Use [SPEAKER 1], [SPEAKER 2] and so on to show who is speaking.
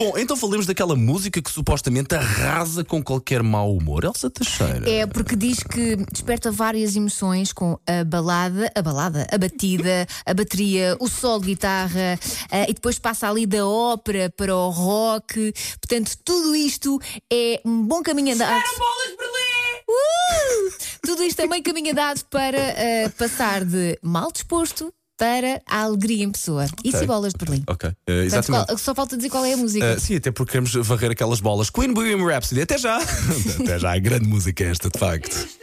[SPEAKER 1] Bom, então falemos daquela música que supostamente arrasa com qualquer mau humor. Elsa Teixeira.
[SPEAKER 2] É, porque diz que desperta várias emoções com a balada, a balada, a batida, a bateria, o solo de guitarra eh, e depois passa ali da ópera para o rock. Portanto, tudo isto é um bom caminho andado. Uh! Tudo isto é meio caminho andado para eh, passar de mal disposto para a alegria em pessoa. Isso e bolas de Berlim.
[SPEAKER 1] Ok, eh,
[SPEAKER 2] Portanto,
[SPEAKER 1] exatamente.
[SPEAKER 2] qual- só falta dizer qual é a música.
[SPEAKER 1] Ah, sim, até porque queremos varrer aquelas bolas. Queen William Rhapsody, até já! até já, grande música é esta, de facto.